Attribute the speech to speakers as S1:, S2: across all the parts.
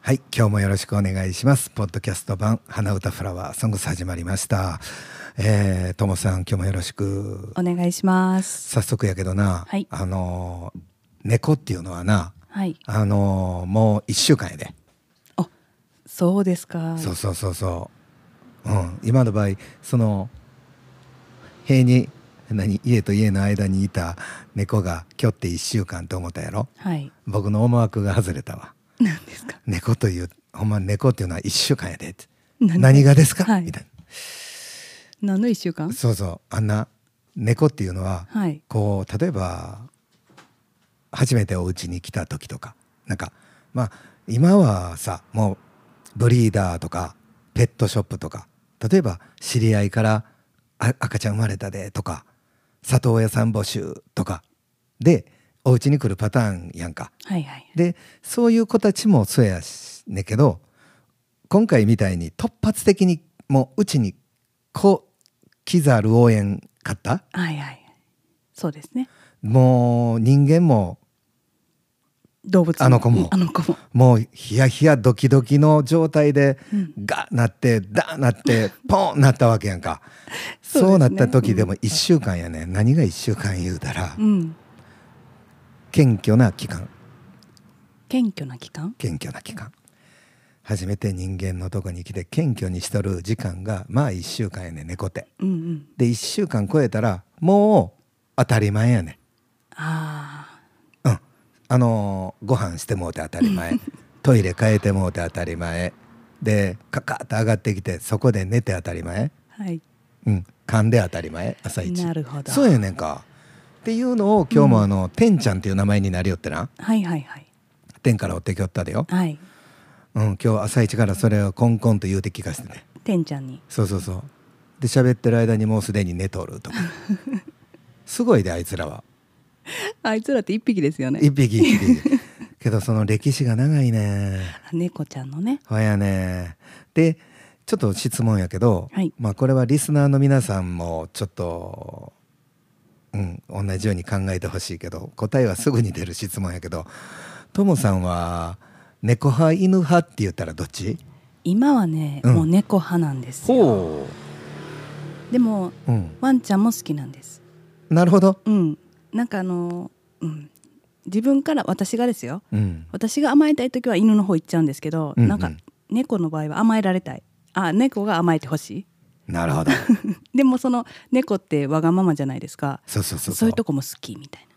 S1: はい今日もよろしくお願いしますポッドキャスト版花歌フラワーソングス始まりましたえー、ともさん今日もよろしく
S2: お願いします。
S1: 早速やけどな、
S2: はい
S1: あのー猫っていうのはな
S2: はい。
S1: あのーもう一週間やで
S2: あ、そうですか。
S1: そうそうそうそう、うん、今の場合その塀に何家と家の間にいた猫が今日って1週間と思ったやろ
S2: はい。
S1: 僕の思惑が外れたわ
S2: なんですか。
S1: 猫というほんま猫っていうのは1週間やでって
S2: 何
S1: 何がですか、
S2: はい
S1: みたい
S2: 何の一週間
S1: な。そうそうあんな猫っていうのは、
S2: はい。
S1: こう例えば初めてお家に来た時とかなんかまあ今はさもうブリーダーとかペットショップとか例えば知り合いからあ赤ちゃん生まれたでとか里親さん募集とかでお家に来るパターンやんか。
S2: はいはい。
S1: でそういう子たちもそうやしねんけど今回みたいに突発的にもううちにこう来ざる応援買った
S2: はいはい。そうですね。
S1: もう人間も
S2: 動物
S1: あの子も
S2: あの子も。
S1: もうヒヤヒヤドキドキの状態で
S2: うん
S1: ガッなってダーなってポンなったわけやんか
S2: そうです
S1: そ
S2: ね
S1: うなった時でも1週間やね何が1週間言うたら
S2: うん。
S1: 謙虚な期間
S2: 謙虚な期間。
S1: 謙虚な期間初めて人間のとこに来て謙虚にしとる時間がまあ1週間やね猫って
S2: うんうん。
S1: で1週間超えたらもう当たり前やね
S2: あ
S1: うん、あのーご飯してもうて当たり 前トイレ変えてもうて当たり前でカカッと上がってきてそこで寝て当たり前、
S2: あ。はい。
S1: うん、噛んで当たり前朝一
S2: なるほど
S1: そうやねんかっていうのを今日もあの、てんちゃんっていう名前になりよってな
S2: はいはいはい。
S1: 天から追ってきよったでよ、
S2: はい。
S1: うん、今日朝一からそれをコンコンと言うて聞かせてね
S2: てんちゃんに。
S1: そうそうそうで喋ってる間にもうすでに寝とると かすごいであいつらは
S2: あいつらって一匹ですよね。
S1: 一匹一 匹けどその歴史が長いね
S2: あ猫ちゃんのね。
S1: ほやねでちょっと質問やけど、
S2: はい
S1: まあこれはリスナーの皆さんもちょっと、うん、同じように考えてほしいけど答えはすぐに出る質問やけどともさんは猫派犬派って言ったらどっち
S2: 今はね、
S1: うん
S2: もう猫派なんですよ。
S1: ほ
S2: でも
S1: う、うん、
S2: ワンちゃんも好きなんです。
S1: なるほど、
S2: うん。なんかあの、うん。自分から私がですよ。
S1: うん、
S2: 私が甘えたい時は犬の方行っちゃうんですけど、
S1: うんうん
S2: なんか猫の場合は甘えられたいあ猫が甘えてほし
S1: なるほど
S2: いでもその猫ってわがままじゃないですか
S1: そうそうそう
S2: そういうとこも好きみたい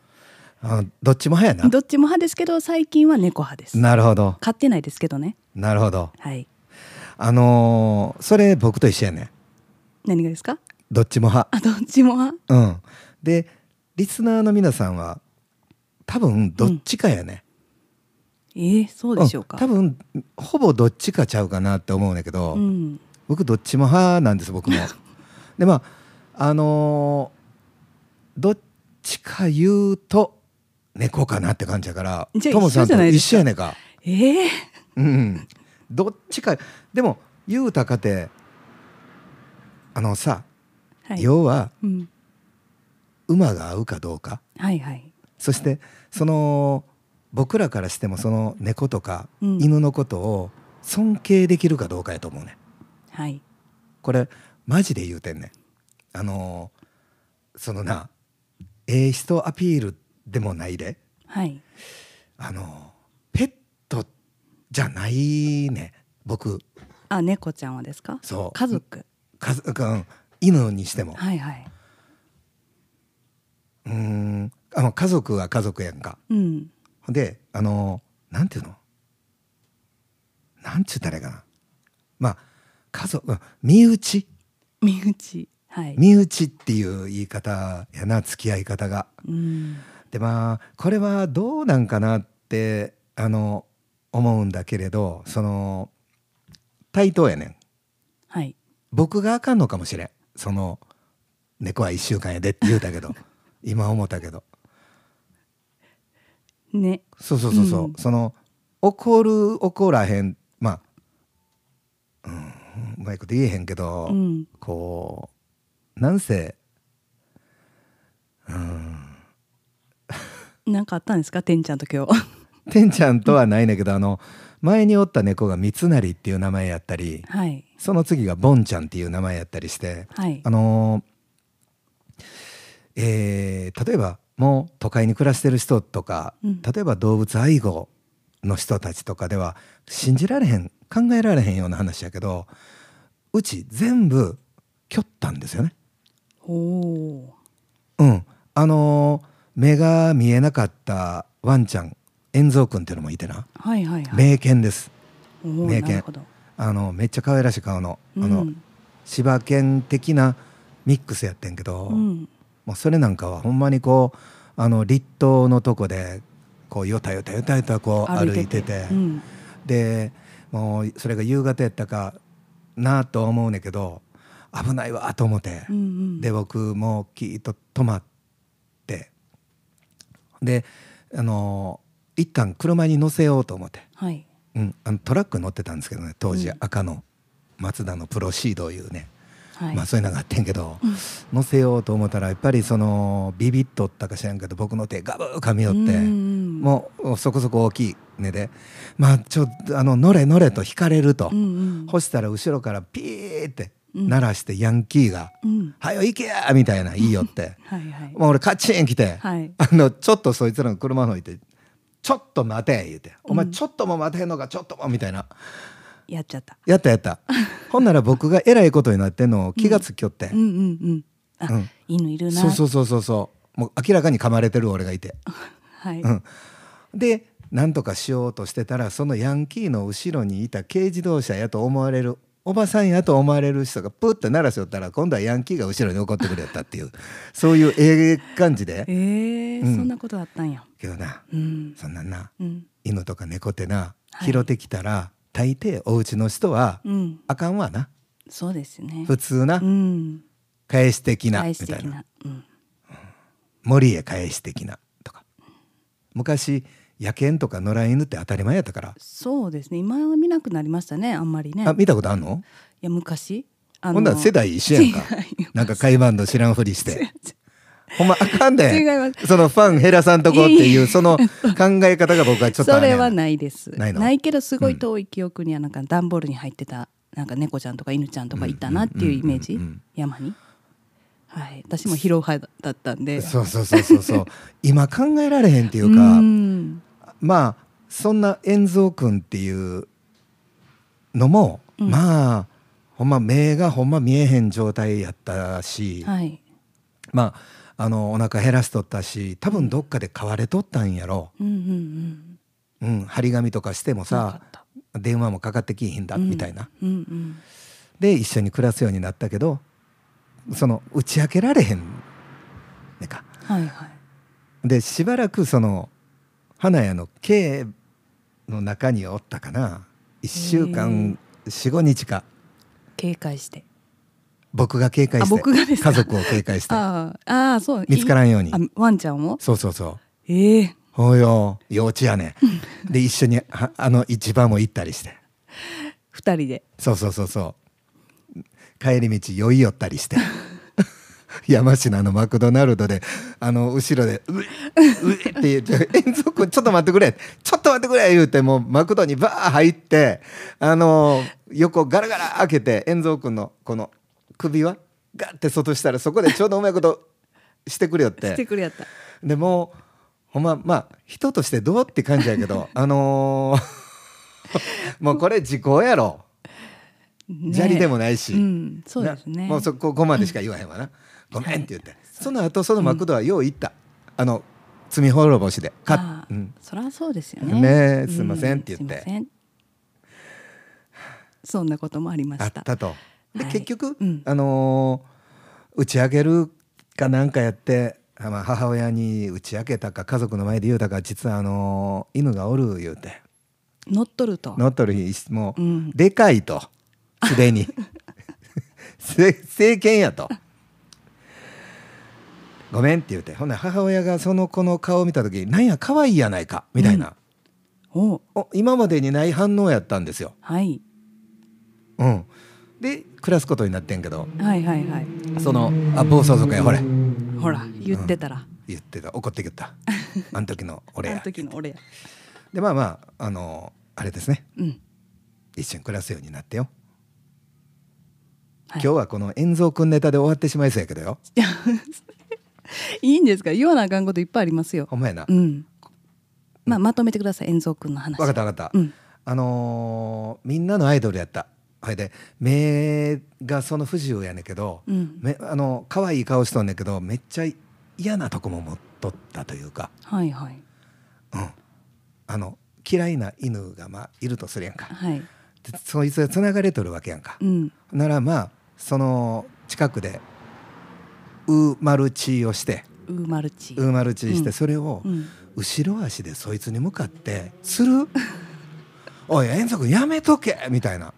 S1: あどっちも派や
S2: な
S1: な
S2: どっちも派ですけど最近は猫派です
S1: なるほど
S2: 飼ってないですけどね
S1: なるほど
S2: はい
S1: あのーそれ僕と一緒やね
S2: 何がですか
S1: どっちも派
S2: あどっちも派
S1: うん、でリスナーの皆さんは多分どっちかやね、
S2: えー、そうでしょうか、
S1: ん多分ほぼどっちかちゃうかなって思うんだけど、
S2: うん
S1: 僕どっちも派なんです 僕もでまああのーどっちか言うと猫かなって感じやから
S2: じゃあ
S1: トモさん
S2: 一緒じゃ
S1: と
S2: ない
S1: 一
S2: ですか
S1: 緒やねんか
S2: えー、
S1: うんどっちかでも言うたかてあのさ、
S2: はい、
S1: 要は
S2: うん、
S1: 馬が合うかどうか
S2: はいはい
S1: そしてその僕らからしてもその猫とか
S2: うん
S1: 犬のことを尊敬できるかどうかやと思うね
S2: はい
S1: これマジで言うてんねんあのーそのなええ人アピールでもないで
S2: はい
S1: あのーペットじゃないね僕
S2: あ猫ちゃんはですか
S1: そう
S2: 家族
S1: かずうん犬にしても
S2: はいはい
S1: うーんあの家族は家族やんか
S2: うん
S1: であのなんていうのなんちゅうたらいいかなまあ家族うん身内
S2: 身内はい
S1: 身内っていう言い方やな付き合い方が。
S2: うん
S1: でまあこれはどうなんかなってあの思うんだけれどその対等やねん
S2: はい
S1: 僕があかんのかもしれんその猫は1週間やでって言うたけど今思ったけど
S2: ね
S1: そうそうそうそう、
S2: うん
S1: その怒る怒らへんまあうんうまいこと言えへんけど、
S2: うん
S1: こうなんせうん
S2: なんかあったんですかてんちゃんと今日
S1: てんちゃんとはないねんだけどあの前におった猫が三成っていう名前やったり
S2: はい
S1: その次がボンちゃんっていう名前やったりして
S2: はい
S1: あのーえー例えばもう都会に暮らしてる人とか、
S2: うん
S1: 例えば動物愛護の人たちとかでは信じられへん考えられへんような話やけどうち全部拒ったんですよね。
S2: おお
S1: うん、あのー目が見えなかったワンちゃん遠蔵君っていうのもいてな
S2: ーはいはいはい
S1: 名犬です。
S2: おー
S1: 名犬
S2: なるほど
S1: あのめっちゃ可愛らしい顔のあ
S2: う
S1: の
S2: ん
S1: 柴犬的なミックスやってんけど、
S2: うん
S1: もうそれなんかはほんまにこうあの立冬のとこでこうよたよたよたよたこう歩いてて
S2: うん
S1: でもうそれが夕方やったかなと思うねんけど危ないわと思って、
S2: うんうん
S1: で僕もうきーっと止まってであの一旦車に乗せようと思って、
S2: はい
S1: うん、あのトラック乗ってたんですけどね当時
S2: うん
S1: 赤のマツダのプロシードいうね、
S2: はい
S1: まあそういうのがあってんけど、
S2: うん
S1: 乗せようと思ったらやっぱりそのビビっとったか知らんけど僕の手ガブー噛み寄って、
S2: うん
S1: もうそこそこ大きい根でまあちょっとあの乗れ乗れと引かれると、
S2: うんうん
S1: 干したら後ろからピーって
S2: うん
S1: 鳴らしてヤンキーが
S2: うん
S1: 「はよ行けや!」みたいな「いいよ」って
S2: はいはい
S1: もう俺カチン来て、
S2: はい
S1: あのちょっとそいつらの車の置いて「ちょっと待て」言うて「お前
S2: うん
S1: ちょっとも待てんのかちょっとも」みたいな
S2: やっちゃった
S1: やったやった ほんなら僕がえらいことになってんのを気がつきよって
S2: うん、うんうんあ
S1: うん
S2: 犬いるな
S1: そうそうそうそうそうもう明らかに噛まれてる俺がいて、
S2: はい
S1: うん、でなんとかしようとしてたらそのヤンキーの後ろにいた軽自動車やと思われるおばさんやと思われる人がプッて鳴らしよったら今度はヤンキーが後ろに怒ってくれたって いうそういうええ感じで
S2: ええ
S1: うん
S2: そんなことあったんや
S1: けどな
S2: うん
S1: そんなんな
S2: うん
S1: 犬とか猫ってな
S2: はい
S1: 拾ってきたら、大抵お家の人は、
S2: うん
S1: あかんわな
S2: そうですね
S1: 普通な、
S2: うん
S1: 返し的な
S2: 大
S1: み
S2: 事
S1: た
S2: 的
S1: いな
S2: なうん
S1: 森へ返し的なとか昔野犬とか野良犬って当たり前やったから、
S2: そうですね今は見なくなりましたねあんまりね
S1: あ見たことあんの
S2: いや昔あ
S1: ほんなら世代一緒やんか
S2: 違います
S1: なんか海バンド知らんふり してほんまあかん
S2: 違い
S1: で
S2: ます
S1: そのファン減らさんとこって
S2: い
S1: い
S2: や
S1: うその考え方が僕はちょっと
S2: そ
S1: あれ
S2: れ
S1: やな
S2: はないです
S1: ないの
S2: けどすごい遠い記憶にはなんか段ボールに入ってたなんか猫ちゃんとか犬ちゃんとかいたなっていうイメージ
S1: うんうんうんうん
S2: 山にはい私も疲労派だったんで
S1: そうそうそうそう そう今考えられへんっていうか
S2: ん
S1: まあそんな円蔵君っていうのも、
S2: うん
S1: まあほんま目がほんま見えへん状態やったし、
S2: はい
S1: まああのお腹減らしとったし多分どっかで買われとったんやろ
S2: うんうんうん
S1: うん張り紙とかしても
S2: な
S1: さ
S2: かった
S1: 電話もかかってきいひんだ、
S2: うん
S1: みたいな
S2: うんうん
S1: で一緒に暮らすようになったけどその打ち明けられへんねか
S2: はいはい
S1: でしばらくその花屋の K の中におったかな1週間45日か
S2: 警戒して
S1: 僕が警戒
S2: あ
S1: して
S2: 僕がですか
S1: 家族を警戒して
S2: ああああそう
S1: 見つからんように
S2: あワンちゃんも
S1: そうそうそう
S2: ええ
S1: ほうよ幼稚やねで一緒にはあの市場も行ったりして
S2: 二人で
S1: そうそうそうそう帰り道酔いよったりして 山科のマクドナルドであの後ろで「うえうえ」って言って「遠足ちょっと待ってくれちょっと待ってくれ」言うてもうマクドにバー入ってあの横ガラガラ開けて遠蔵君のこの首輪ガッて外したらそこでちょうどうまいことしてくれよっ
S2: して
S1: て
S2: くれやった
S1: でもうほんままあ人としてどうって感じやけどあの ーもうこれ時効やろ。
S2: ね
S1: 砂利でもないし、
S2: うんそうですね
S1: なもうそここまでしか言わへんわな、ごめんって言って、その後そのマクドはよう行った、あの罪滅ぼしでか
S2: ああ
S1: うん、
S2: そりゃそうですよね
S1: ねえ
S2: う
S1: すいませんって言って
S2: すいませんそんなこともありま
S1: あ
S2: し
S1: ったたとで、
S2: はい
S1: 結局、
S2: うん
S1: あのー打ち上げるかなんかやって、あまあ、母親に打ち明けたか家族の前で言うたか実はあのー犬がおる言うて
S2: 乗っ取ると
S1: 乗っ取る日もう、
S2: うん
S1: でかいとすでにせ政権やとごめんって言うてほんなら母親がその子の顔を見た時なんや可愛いやないかみたいな、
S2: お
S1: お今までにない反応やったんですよ、
S2: はい
S1: うん、で暮らすことになってんけど
S2: はいはいはい
S1: その「あ暴走族やほれ」
S2: ほら言ってたら、
S1: 言ってた怒ってきよったあん時の俺
S2: あの
S1: や
S2: 時の俺や
S1: でまあまああのあれですね
S2: うん
S1: 一緒に暮らすようになってよ、
S2: はい、
S1: 今日はこの遠蔵くんネタで終わってしまいそうやけどよ
S2: いいんですか言わなあかんこといっぱいありますよ
S1: ほんまやな、
S2: うんまあまとめてください遠蔵くんの話
S1: 分かった分かった、
S2: うん
S1: あのーみんなのアイドルやったほいで目がその不自由やねんけど、
S2: うん
S1: めあの可愛い顔しとんねんけどめっちゃ嫌なとこも持っとったというか、
S2: はいはい
S1: うん、あの嫌いな犬が、まあ、いるとするやんか
S2: はい
S1: でそいつがつながれとるわけやんか
S2: う、ん
S1: ならまあその近くでウーマルチーをして
S2: ウーマルチ
S1: ウーマルチーして、
S2: うん
S1: それを
S2: うん
S1: 後ろ足でそいつに向かってする おい遠足やめとけみたいな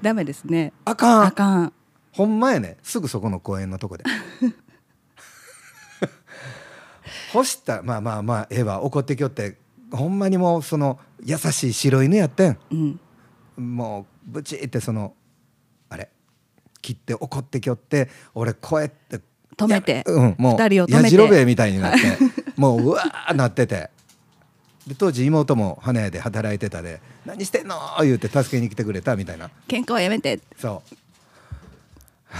S2: ダメですね
S1: あかん
S2: あかん
S1: ほんまやねすぐそこの公園の とこで干したまあまあまあええわ怒ってきよってほんまにもうその優しい白犬やってん
S2: うん
S1: もうブチってそのあれ切って怒ってきよって俺こうやって
S2: 止めて
S1: やうん、もう
S2: 二人を止めて
S1: やじろべえみたいに なってもううわーなっててで当時妹も花屋で働いてたで「何してんの?」言うて助けに来てくれたみたいな
S2: 喧嘩はやめて
S1: そう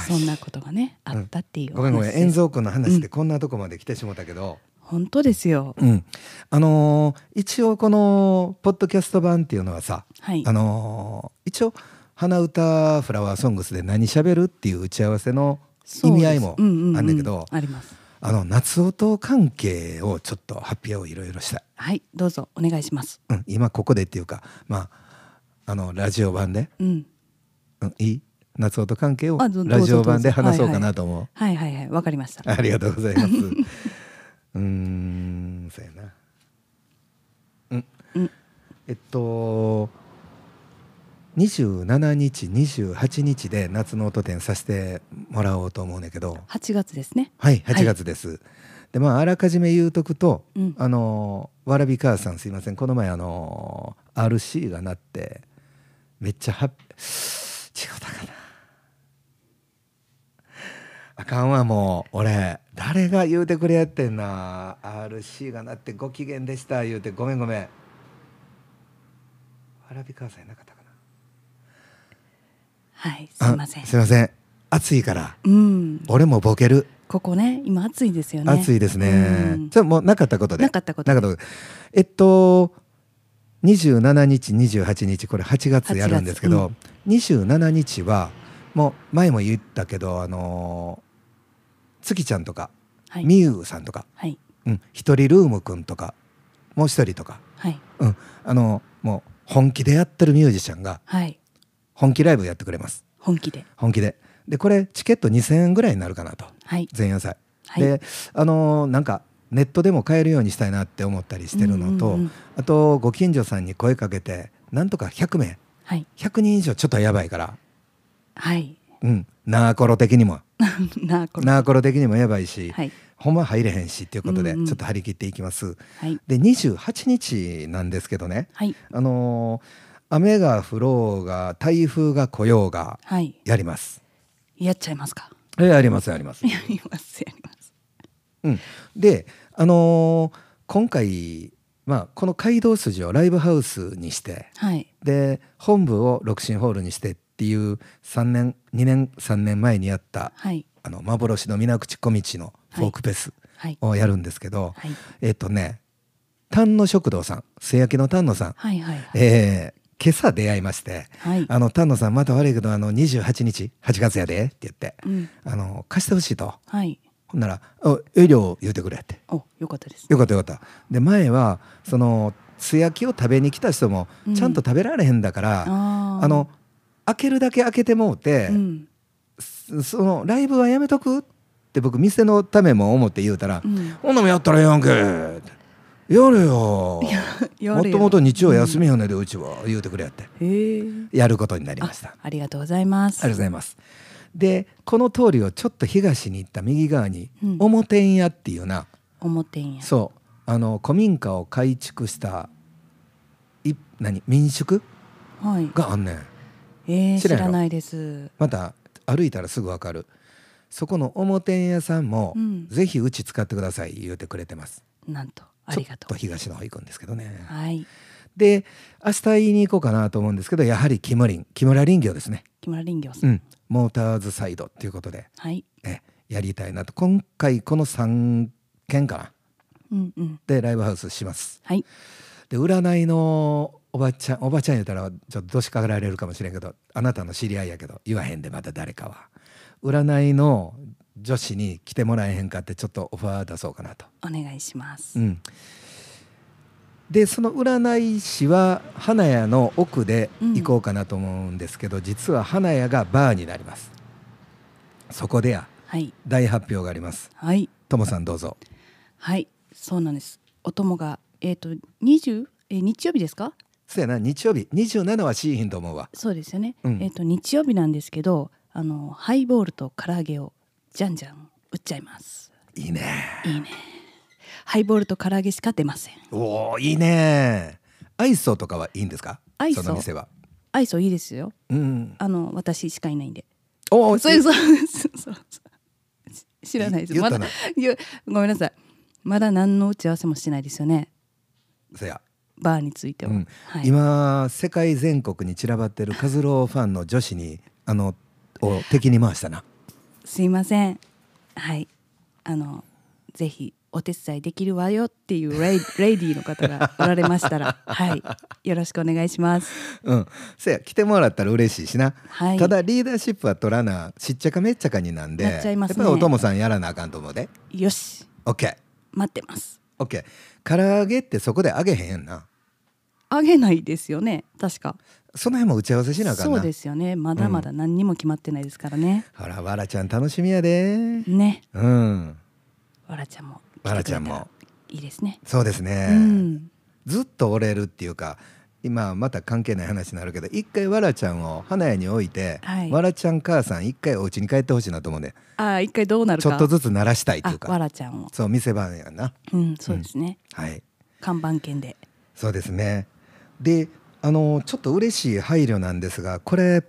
S2: そんなことがねあったっていうお
S1: ごめんごめん
S2: 話で
S1: 遠
S2: す
S1: 蔵君の話でこんなとこまで来てしもたけど、
S2: 本当ですよ
S1: うんあのー一応このポッドキャスト版っていうのはさ、
S2: はい
S1: あのー一応「花歌フラワーソングス」で何しゃべるっていう打ち合わせの意味合いもあ
S2: そうですうんうんうん
S1: んだけど、
S2: あります
S1: あの夏音関係をちょっと発表をいろいろしたい、
S2: はいどうぞお願いします
S1: うん、今ここでっていうかまああのラジオ版で、
S2: うん
S1: うん、いい夏音関係を
S2: あどうぞ
S1: ラジオ版で
S2: どうぞ
S1: 話そうかなと思う。
S2: はいはいはいわかりました
S1: ありがとうござい ます。うーん、そうやな。うん。
S2: うん
S1: えっと。27日28日で夏の音展させてもらおうと思うねんけど
S2: 8月ですね
S1: はい
S2: はい
S1: 8月です、でまああらかじめ言うとくと、
S2: うん
S1: あのわらび母さんすいませんこの前あの RC がなってめっちゃハッピー違ったかなあかんわもう俺誰が言うてくれやってんな RC がなってご機嫌でした言うてごめんごめんわらび母さんやなかったか
S2: はいす
S1: ない
S2: ません
S1: すいません暑いから
S2: うん
S1: 俺もボケる
S2: ここね今暑いですよね
S1: 暑いですね。
S2: うん
S1: じゃあもうなかったことで。
S2: なかったこと
S1: なかったえっと27日28日これ8月やるんですけど、27日はもう前も言ったけどあのー月ちゃんとか、
S2: はい
S1: みゆうさんとか、
S2: はい
S1: うん、一人ルームくんとかもう一人とか、
S2: はい
S1: うん、あのもう本気でやってるミュージシャンが
S2: はい
S1: 本気ライブやってくれます
S2: 本気で
S1: 本気で。でこれチケット2,000円ぐらいになるかなと
S2: はい
S1: 前夜祭。
S2: はい
S1: であのーなんかネットでも買えるようにしたいなって思ったりしてるのと、
S2: うんうんうん
S1: あとご近所さんに声かけてなんとか100名
S2: はい
S1: 100人以上ちょっとやばいから、
S2: はい
S1: うん、ナーコロ的にも
S2: なあこれ
S1: ナーコロ的にもやばいし、
S2: はい
S1: ほんま入れへんしっていうことで
S2: うん
S1: ちょ
S2: うん
S1: っと張り切っていきます。
S2: はい
S1: で28日なんですけどね、
S2: はい
S1: あのー雨が降ろうが台風が来ようが
S2: はい
S1: やります。
S2: やっちゃいますか
S1: えやりますやり ます
S2: やりますやります
S1: うん、で、あのー今回、まあ、この街道筋をライブハウスにして
S2: はい
S1: で本部を六神ホールにしてっていう3年2年3年前にやった
S2: はい
S1: あの幻の水口小道のフォークフェス
S2: はい
S1: をやるんですけど、
S2: はい
S1: えっ、とね丹野食堂さん素焼きの丹野さん、
S2: はいはいはい
S1: えー今朝出会いまして
S2: はい
S1: 「あの丹野さんまた悪いけどあの28日8月やで」って言って
S2: うん
S1: 「あの貸してほしい」と。
S2: はい
S1: ほんなら「あええ量言うてくれ」って
S2: およかったです
S1: よかったよかった。で前はその素焼きを食べに来た人も
S2: うん
S1: ちゃんと食べられへんだから、
S2: あー
S1: あの開けるだけ開けてもうて、
S2: うん
S1: そそのライブはやめとくって僕店のためも思って言うたら「
S2: うん
S1: ほんなもんやったらええやんけ」って「やれよ」もともと日曜休みよねでうちは」言うてくれやって
S2: へえ
S1: やることになり
S2: あ
S1: ました。
S2: ありがとうございます
S1: ありがとうございます。でこの通りをちょっと東に行った右側に
S2: うん
S1: 表ん屋っていうな、
S2: 表んや
S1: そうあの古民家を改築したい何民宿
S2: はい
S1: があんねん
S2: えー
S1: 知
S2: 知
S1: らんやろ
S2: らないです
S1: また歩いたらすぐわかるそこの表屋さんも、
S2: うん
S1: ぜひうち使ってください言うてくれてます
S2: なんとありがと
S1: ちょっと東の方行くんですけどね
S2: うはい
S1: で明日言いに行こうかなと思うんですけどやはり木村林木村林業ですね、
S2: 木村林業さん、
S1: うん、モーターズサイドということで、
S2: はい、
S1: ね、やりたいなと今回この3件かな
S2: うんうん、
S1: でライブハウスします
S2: はい、
S1: で占いのおばちゃんおばちゃん言うたらちょっとどしかかられるかもしれんけどあなたの知り合いやけど言わへんでまた誰かは占いの女子に来てもらえへんかってちょっとオファー出そうかなと。
S2: お願いします
S1: う。ん、でその占い師は花屋の奥で行こうかなと思うんですけど、実は花屋がバーになりますそこでや
S2: はい、
S1: 大発表があります
S2: はい、
S1: ともさんどうぞ
S2: はい、そうなんです。お供が、えっ、と、二十、えー日曜日ですか。
S1: そやな日曜日27はしいひんと思うわ
S2: そうですよね。
S1: うん
S2: えっ、と、日曜日なんですけど、あの、ハイボールと唐揚げを、じゃんじゃん、売っちゃいます。
S1: いいね
S2: いいね。ハイボールと唐揚げしか出ません。
S1: おおいいねアイソーとかはいいんですか
S2: アイソー
S1: その店は
S2: アイスいいですよ。
S1: うん
S2: あの、私しかいないんで。
S1: おお
S2: そういう、そう、そう、そう。知らないです。
S1: 言
S2: ま
S1: った
S2: だ
S1: な、
S2: いやごめんなさい。まだ何の打ち合わせもしてないですよね。
S1: そや
S2: バーについては。
S1: うん
S2: はい、
S1: 今世界全国に散らばってるカズローファンの女子にあのを敵に回したな
S2: すいませんはいあのぜひお手伝いできるわよっていう レイレイディーの方がおられましたらはいよろしくお願いします
S1: うん、せや来てもらったら嬉しいしな、
S2: はい
S1: ただリーダーシップは取らなしっちゃかめっちゃかになんで
S2: なっちゃいますね
S1: やっぱりおともさんやらなあかんと思うで
S2: よし
S1: OKOK
S2: 待ってます
S1: 唐揚げってそこで揚げへんやんな
S2: あげないですよね確か
S1: その辺も打ち合わせしなあかん
S2: そ
S1: な
S2: うですよねまだまだ何にも決まってないですからね、
S1: ほらわらちゃん楽しみやで
S2: ね
S1: うん
S2: わらちゃんも
S1: わらちゃんも
S2: いいですね、
S1: そうですね、
S2: うん
S1: ずっと折れるっていうか今また関係ない話になるけど一回わらちゃんを花屋に置いて、
S2: はい
S1: わらちゃん母さん一回お家に帰ってほしいなと思うんで
S2: あー一回どうなる
S1: ちょ
S2: か
S1: っとずつ慣らしたいっていう
S2: あわ
S1: から
S2: ちゃんを
S1: そう店番やな
S2: うんそうですね、
S1: はい
S2: 看板犬で
S1: そうですね。で、あのちょっと嬉しい配慮なんですが、これ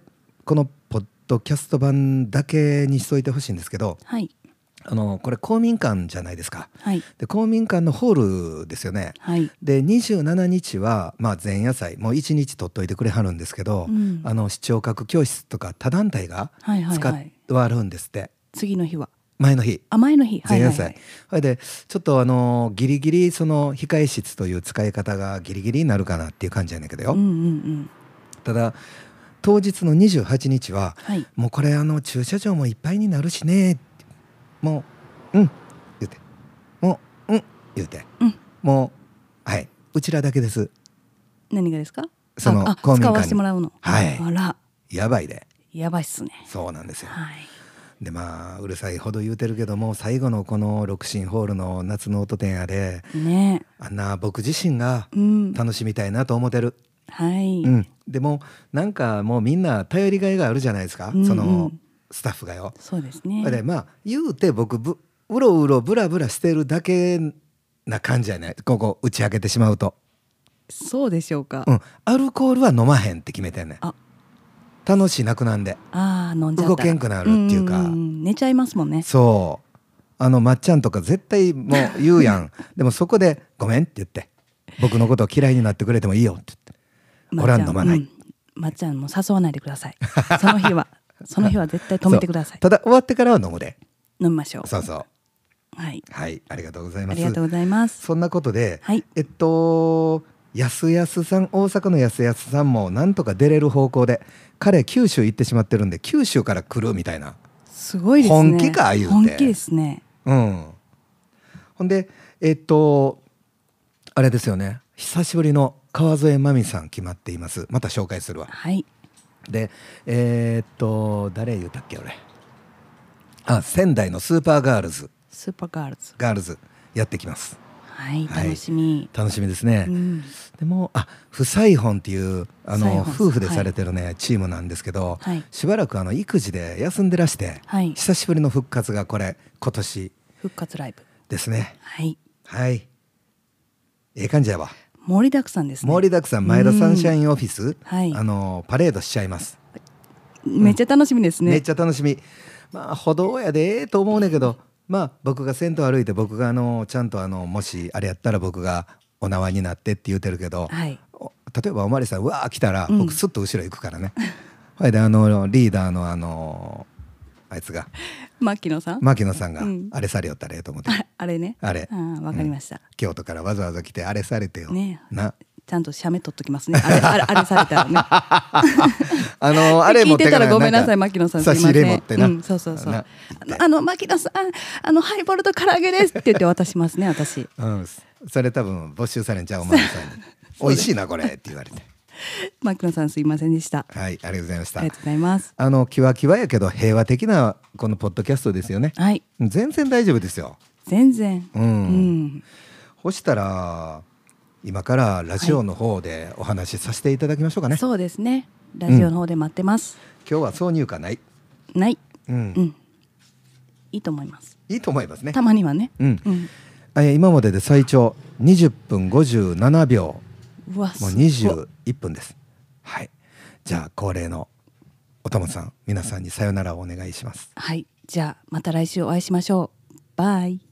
S1: このポッドキャスト版だけにしといてほしいんですけど、
S2: はい
S1: あのこれ公民館じゃないですか。
S2: はい
S1: で、公民館のホールですよね。
S2: はい
S1: で、27日はまあ前夜祭、もう1日取っといてくれはるんですけど、
S2: うん
S1: あの視聴覚教室とか他団体が
S2: はいはい
S1: 使
S2: は
S1: っ
S2: い
S1: はるんですって。
S2: 次の日は
S1: 前の日。
S2: あ前の日はい
S1: 前
S2: は
S1: 夜
S2: いは
S1: 祭
S2: い、
S1: それでちょっとあのギリギリその控え室という使い方がギリギリになるかなっていう感じやねんけどよ、
S2: うんうんうん
S1: ただ当日の28日は
S2: はい
S1: もうこれあの駐車場もいっぱいになるしねもううん言うてもううん言うて、
S2: うん
S1: もうはいうちらだけです
S2: 何がですか
S1: その
S2: ああ
S1: 公民館に
S2: 使わせてもらうの
S1: はい
S2: あら
S1: やばいで
S2: やばいっすね
S1: そうなんですよ
S2: はい
S1: でまあうるさいほど言うてるけども最後のこの六神ホールの夏の音展やで
S2: ね
S1: あんな僕自身が
S2: えうん
S1: 楽しみたいなと思ってる、
S2: はい、
S1: うん、でもなんかもうみんな頼りがいがあるじゃないですか、
S2: うんうん
S1: そのスタッフがよ。
S2: そうですね
S1: でまあ言うて僕ぶうろうろブラブラしてるだけな感じやねここ打ち明けてしまうと、
S2: そうでしょうか、
S1: うん、アルコールは飲まへんって決めてんねん
S2: あ
S1: 楽しいなくなんで
S2: ああ飲んじゃっ
S1: 動
S2: た
S1: けんくなるっていうか
S2: んんん寝ちゃいますもんね
S1: そうあのまっちゃんとか絶対もう言うや んでもそこで「ごめん」って言って「僕のことを嫌いになってくれてもいいよ」って言って「
S2: まっ
S1: 俺
S2: ち
S1: は
S2: ゃん
S1: 飲まない」
S2: うんまっちゃんも誘わないでくださいそ の日はその日は絶対止めてくださ
S1: そ
S2: い
S1: うただ終わってからは飲むで
S2: 飲みましょう
S1: そうそう
S2: はい
S1: はいありがとうござい
S2: あ
S1: ます
S2: りがとうございます
S1: そんなことで、
S2: はい
S1: えっとやすやすさん大阪のやすやすさんもなんとか出れる方向で彼九州行ってしまってるんで九州から来るみたいな
S2: すごいですね
S1: 本気か言うて
S2: 本気ですね
S1: うんほんでえっとあれですよね久しぶりの川添真美さん決まっていますまた紹介するわ
S2: はい
S1: でえーっと誰言うたっけ俺あ仙台のスーパーガールズ
S2: スーパーガールズ
S1: ガールズやってきます
S2: はい
S1: はい
S2: 楽しみ、
S1: 楽しみですね、
S2: うん
S1: でもあ不採本っていうあ
S2: 不
S1: の
S2: 採本さん
S1: 夫婦でされてるね、チームなんですけど、
S2: はい
S1: しばらくあの育児で休んでらして、
S2: はい
S1: 久しぶりの復活がこれ今年
S2: 復活ライブ
S1: ですね
S2: はい
S1: はいええ感じやわ、
S2: 盛りだくさんですね
S1: 盛りだくさん前田サンシャインオフィス、
S2: はい
S1: あのパレードしちゃいます、
S2: めっちゃ楽しみですね
S1: めっちゃ楽しみまあ歩道やでと思うねんけどまあ僕が先頭歩いて僕があのちゃんとあのもしあれやったら僕がお縄になってって言うてるけど、
S2: はい
S1: お例えばおまりさんうわー来たら
S2: うん
S1: 僕すっと後ろ行くからね、はいであのリーダーのあのあいつが
S2: 牧野さん、
S1: 牧野さんが
S2: うん
S1: あれされよったらええと思って、
S2: ああれね
S1: あれ
S2: あーわかりました、
S1: 京都からわざわざ来てあれされてよ、
S2: ね
S1: な
S2: ちゃんと写メ撮っときますねあれあれあれされたらね
S1: あの あれ持
S2: 聞
S1: っ
S2: い
S1: て
S2: て
S1: か
S2: た
S1: ら
S2: らごめんなさい、
S1: か
S2: 牧野さん。
S1: 差し入れ持ってな、
S2: うん、そうそうそう。
S1: な
S2: あのあの牧野さん、あのハイボールと唐揚げですって言って渡しますね、私。
S1: うん、それ多分没収されんちゃうおまりさんに「美味しいなこれ」って言われて
S2: 牧野さん、すいませんでした。
S1: はいありがとうございまし
S2: あ
S1: た
S2: りがとうございます。
S1: あのキワキワやけど平和的なこのポッドキャストですよね
S2: はい、
S1: 全然大丈夫ですよ
S2: 全然。
S1: う、
S2: うんん、
S1: ほしたら今からラジオの方でお話しさせていただきましょうかね、
S2: そうですね。ラジオの方で待ってます。
S1: 今日は挿入歌ない、
S2: ない、
S1: うん
S2: うん、いいと思います。
S1: いいと思いますね
S2: たまにはね。
S1: うん
S2: うん、
S1: え今までで最長20分57秒
S2: うわ、
S1: もう
S2: す
S1: 21分ですはいじゃあ恒例のおともさん皆さんにさよならをお願いします
S2: はい、じゃあ、また来週お会いしましょう。バイ。